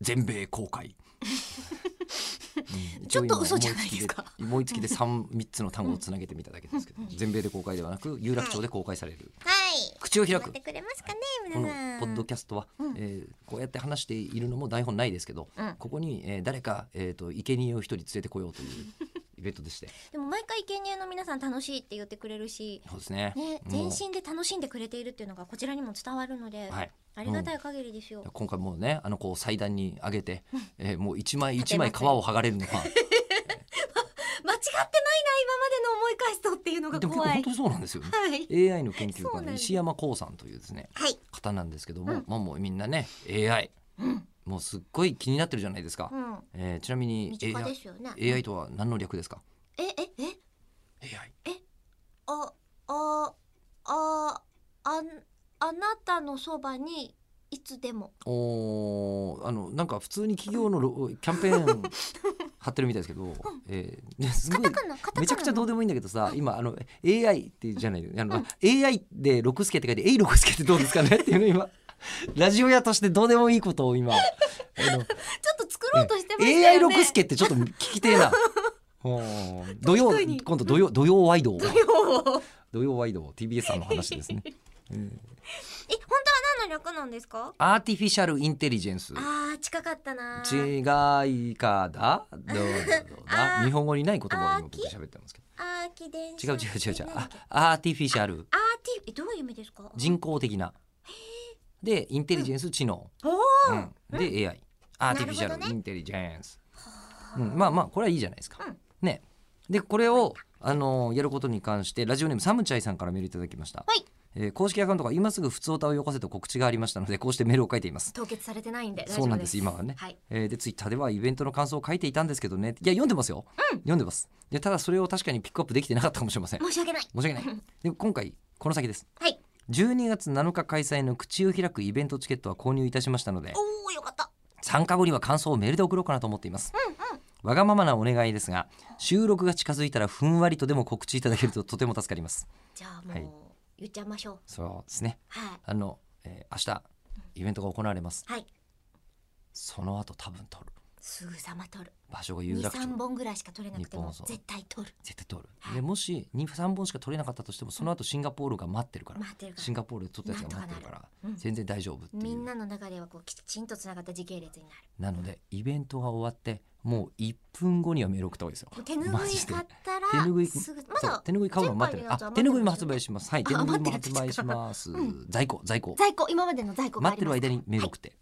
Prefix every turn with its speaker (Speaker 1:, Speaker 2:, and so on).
Speaker 1: 全米公 開。
Speaker 2: ちょっと嘘じゃないですか
Speaker 1: 思いつきで三三つの単語をつなげてみただけですけど、全米で公開ではなく有楽町で公開される。
Speaker 2: はい
Speaker 1: 口を開
Speaker 2: 待
Speaker 1: く
Speaker 2: ってくれますかね
Speaker 1: この
Speaker 2: 皆さん
Speaker 1: ポッドキャストは、えーこうやって話しているのも台本ないですけど、
Speaker 2: うん
Speaker 1: ここに、えー誰か、えー、と生贄を一人連れてこようという イベントでして
Speaker 2: でも毎回芸人の皆さん楽しいって言ってくれるし
Speaker 1: そうですね
Speaker 2: ね、
Speaker 1: も
Speaker 2: 全
Speaker 1: う
Speaker 2: 身で楽しんでくれているっていうのがこちらにも伝わるので、
Speaker 1: はい
Speaker 2: ありがたい限りですよ、
Speaker 1: 今回もうねあのこう祭壇に上げて、えーもう一枚一枚皮を剥がれるのは
Speaker 2: 間違ってないな今までの思い返すとっていうのが
Speaker 1: でも結構
Speaker 2: 怖
Speaker 1: 本
Speaker 2: い
Speaker 1: 当にそうなんですよね。
Speaker 2: はい
Speaker 1: AI の研究
Speaker 2: そう
Speaker 1: 家
Speaker 2: なん
Speaker 1: の
Speaker 2: です
Speaker 1: 石山光さんというですね
Speaker 2: はい
Speaker 1: 方なんですけど
Speaker 2: う
Speaker 1: も、
Speaker 2: ん
Speaker 1: まあもうみんなね AI、もうすっごい気になってるじゃないですか、
Speaker 2: うん
Speaker 1: えーちなみに
Speaker 2: 身近で
Speaker 1: AI,
Speaker 2: すよね
Speaker 1: AI とは何の略ですか
Speaker 2: えええ
Speaker 1: AI
Speaker 2: あああああなたのそばにいつでも
Speaker 1: おーあのなんか普通に企業のロキャンペー ン貼ってるみたいですけど、えーねす
Speaker 2: カ
Speaker 1: ご
Speaker 2: タ
Speaker 1: い
Speaker 2: カナカタカナ
Speaker 1: めちゃくちゃどう
Speaker 2: で
Speaker 1: でもいいんだけどさ今あの AI ってじゃないあの、AI で六助って書いて「えい六助ってどうですかね?」っていうの今ラジオ屋としてどうでもいいことを今あの
Speaker 2: ちょっと作ろうとしてます よね
Speaker 1: AI 六助ってちょっと聞きてえ な。おー土曜
Speaker 2: 確かに
Speaker 1: 今度土曜土曜ワイドを
Speaker 2: よえ本当は
Speaker 1: 土曜ワイドを TBS さんの話です ね。うん
Speaker 2: 何の略なんですか
Speaker 1: アーティフィシャルインテリジェンス。
Speaker 2: あー近かったな
Speaker 1: 違いかだどうだどう
Speaker 2: あ
Speaker 1: だ
Speaker 2: ー
Speaker 1: 日本語にない言葉を
Speaker 2: あー
Speaker 1: 今僕
Speaker 2: き
Speaker 1: 喋ってますけ
Speaker 2: あーき電車
Speaker 1: ど違う違う違う違う
Speaker 2: えなんだっ
Speaker 1: あ
Speaker 2: け
Speaker 1: アーティフィシャル
Speaker 2: アーティえどういう意味ですか
Speaker 1: 人工的なでインテリジェンス知能、
Speaker 2: おー
Speaker 1: うんで AI アーティフィシ
Speaker 2: な
Speaker 1: ャ
Speaker 2: る
Speaker 1: ル
Speaker 2: ほど
Speaker 1: インテリジェンス、うん、まあまあこれはいいじゃないですか、
Speaker 2: うん
Speaker 1: ねでこれをあのーやることに関してラジオネームサムチャイさんからメールいただきました、
Speaker 2: はい
Speaker 1: えー公式アカウントが今すぐ普通歌をよこせと告知がありましたのでこうしてメールを書いています
Speaker 2: 凍結されてないんで
Speaker 1: そうなんです
Speaker 2: 大丈
Speaker 1: 今はね、
Speaker 2: はい
Speaker 1: えーでツイッターではイベントの感想を書いていたんですけどねいや読んでますよ、読んでますでただそれを確かにピックアップできてなかったかもしれません
Speaker 2: 夫です申し訳ない
Speaker 1: 申し訳ないでも今回この先です
Speaker 2: はい
Speaker 1: 12月7日開催の口を開くイベントチケットは購入いたしましたので
Speaker 2: おおよかった
Speaker 1: 参加後には感想をメールで送ろうかなと思っています、わがままなお願いですが収録が近づいたらふんわりとでも告知いただけるととても助かります
Speaker 2: じゃあもう、
Speaker 1: はい
Speaker 2: 言っちゃいましょう
Speaker 1: そうですね
Speaker 2: はい
Speaker 1: あの、えー明日イベントが行われます
Speaker 2: はい
Speaker 1: その後多分撮る
Speaker 2: すぐさま取る
Speaker 1: 場所が有
Speaker 2: 二
Speaker 1: 楽町
Speaker 2: 三本ぐらいしか取れなくて
Speaker 1: 日
Speaker 2: も
Speaker 1: 本そう
Speaker 2: 絶対取る
Speaker 1: 絶対通る
Speaker 2: はい
Speaker 1: でもし23本しか取れなかったとしてもその後シンガポールが待ってるから
Speaker 2: 待ってるか
Speaker 1: シン
Speaker 2: ら
Speaker 1: ガポールで取ったやつが待ってるから
Speaker 2: うん
Speaker 1: 全然大丈夫ってい
Speaker 2: みん
Speaker 1: う
Speaker 2: なの中ではこうきちんとつながった時系列になる
Speaker 1: なのでイベントが終わってもう1分後にはメール送った方がいいですよ
Speaker 2: もう手ぬぐ
Speaker 1: マ
Speaker 2: い
Speaker 1: ジで
Speaker 2: 買ったら
Speaker 1: 手拭い
Speaker 2: すぐま
Speaker 1: そう
Speaker 2: だ
Speaker 1: 手ぬぐい買うの待ってる
Speaker 2: 先輩のやつ
Speaker 1: あ
Speaker 2: は
Speaker 1: 手ぬぐいも
Speaker 2: 待っ
Speaker 1: 発
Speaker 2: てま
Speaker 1: 売しますはい
Speaker 2: あ
Speaker 1: 手ぬぐいも
Speaker 2: 待って
Speaker 1: 発
Speaker 2: る
Speaker 1: 売します
Speaker 2: う
Speaker 1: 在庫在庫
Speaker 2: 在庫今までの在庫があ
Speaker 1: 待っ
Speaker 2: り
Speaker 1: て
Speaker 2: ま
Speaker 1: る間
Speaker 2: す
Speaker 1: にメール送って